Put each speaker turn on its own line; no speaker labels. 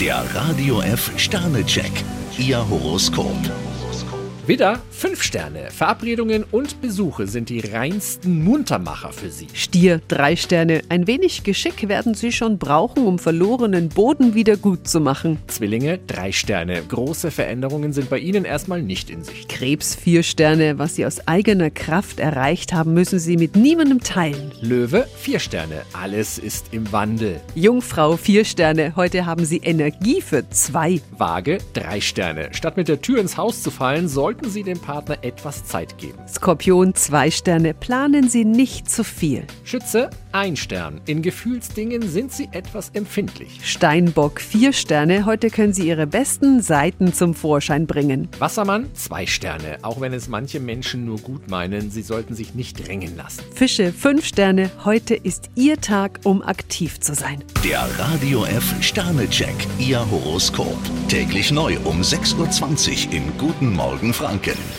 Der Radio F Sternecheck, Ihr Horoskop.
Widder, 5 Sterne. Verabredungen und Besuche sind die reinsten Muntermacher für Sie.
Stier, drei Sterne. Ein wenig Geschick werden Sie schon brauchen, um verlorenen Boden wieder gut zu machen.
Zwillinge, 3 Sterne. Große Veränderungen sind bei Ihnen erstmal nicht in Sicht.
Krebs, vier Sterne. Was Sie aus eigener Kraft erreicht haben, müssen Sie mit niemandem teilen.
Löwe, 4 Sterne. Alles ist im Wandel.
Jungfrau, vier Sterne. Heute haben Sie Energie für zwei.
Waage, 3 Sterne. Statt mit der Tür ins Haus zu fallen, sollten Sie dem Partner etwas Zeit geben.
Skorpion, zwei Sterne. Planen Sie nicht zu viel.
Schütze, 1 Stern. In Gefühlsdingen sind Sie etwas empfindlich.
Steinbock, vier Sterne. Heute können Sie Ihre besten Seiten zum Vorschein bringen.
Wassermann, 2 Sterne. Auch wenn es manche Menschen nur gut meinen, Sie sollten sich nicht drängen lassen.
Fische, fünf Sterne. Heute ist Ihr Tag, um aktiv zu sein.
Der Radio F Sternecheck, Ihr Horoskop. Täglich neu um 6.20 Uhr im Guten Morgen Franken.